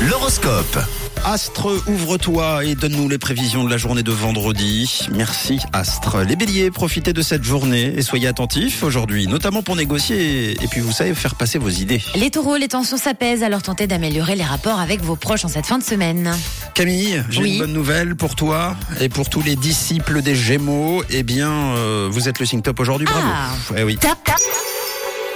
L'horoscope. Astre, ouvre-toi et donne-nous les prévisions de la journée de vendredi. Merci Astre. Les béliers, profitez de cette journée et soyez attentifs aujourd'hui, notamment pour négocier et puis vous savez faire passer vos idées. Les taureaux, les tensions s'apaisent, alors tentez d'améliorer les rapports avec vos proches en cette fin de semaine. Camille, j'ai Oui. une bonne nouvelle pour toi et pour tous les disciples des Gémeaux. Eh bien, euh, vous êtes le signe top aujourd'hui, bravo. Ah. Eh oui. Tap, tap.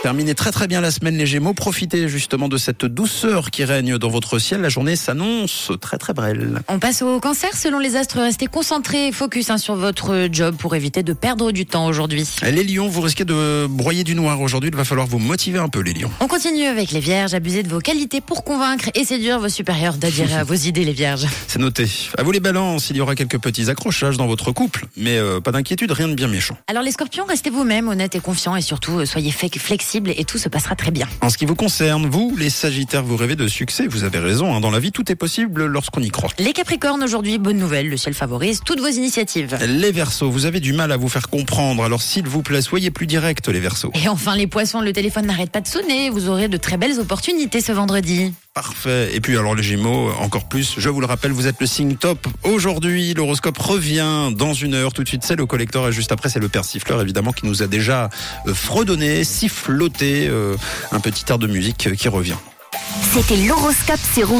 Terminez très très bien la semaine les Gémeaux. Profitez justement de cette douceur qui règne dans votre ciel. La journée s'annonce très très brêle. On passe au cancer. Selon les astres, restez concentrés et focus hein, sur votre job pour éviter de perdre du temps aujourd'hui. Les lions, vous risquez de broyer du noir aujourd'hui. Il va falloir vous motiver un peu, les lions. On continue avec les vierges. Abusez de vos qualités pour convaincre et séduire vos supérieurs d'adhérer à vos idées, les vierges. C'est noté. À vous les balances, il y aura quelques petits accrochages dans votre couple. Mais euh, pas d'inquiétude, rien de bien méchant. Alors les scorpions, restez vous-même, honnêtes et confiants et surtout euh, soyez fe- flexibles et tout se passera très bien. En ce qui vous concerne, vous, les sagittaires, vous rêvez de succès. Vous avez raison, hein, dans la vie, tout est possible lorsqu'on y croit. Les capricornes, aujourd'hui, bonne nouvelle. Le ciel favorise toutes vos initiatives. Les versos, vous avez du mal à vous faire comprendre. Alors s'il vous plaît, soyez plus directs, les versos. Et enfin, les poissons, le téléphone n'arrête pas de sonner. Vous aurez de très belles opportunités ce vendredi. Parfait. Et puis alors les Gémeaux, encore plus, je vous le rappelle, vous êtes le signe top. Aujourd'hui, l'horoscope revient dans une heure. Tout de suite, c'est le collector et juste après, c'est le père siffleur, évidemment, qui nous a déjà euh, fredonné, siffloté euh, un petit air de musique euh, qui revient. C'était l'horoscope sur Rouge.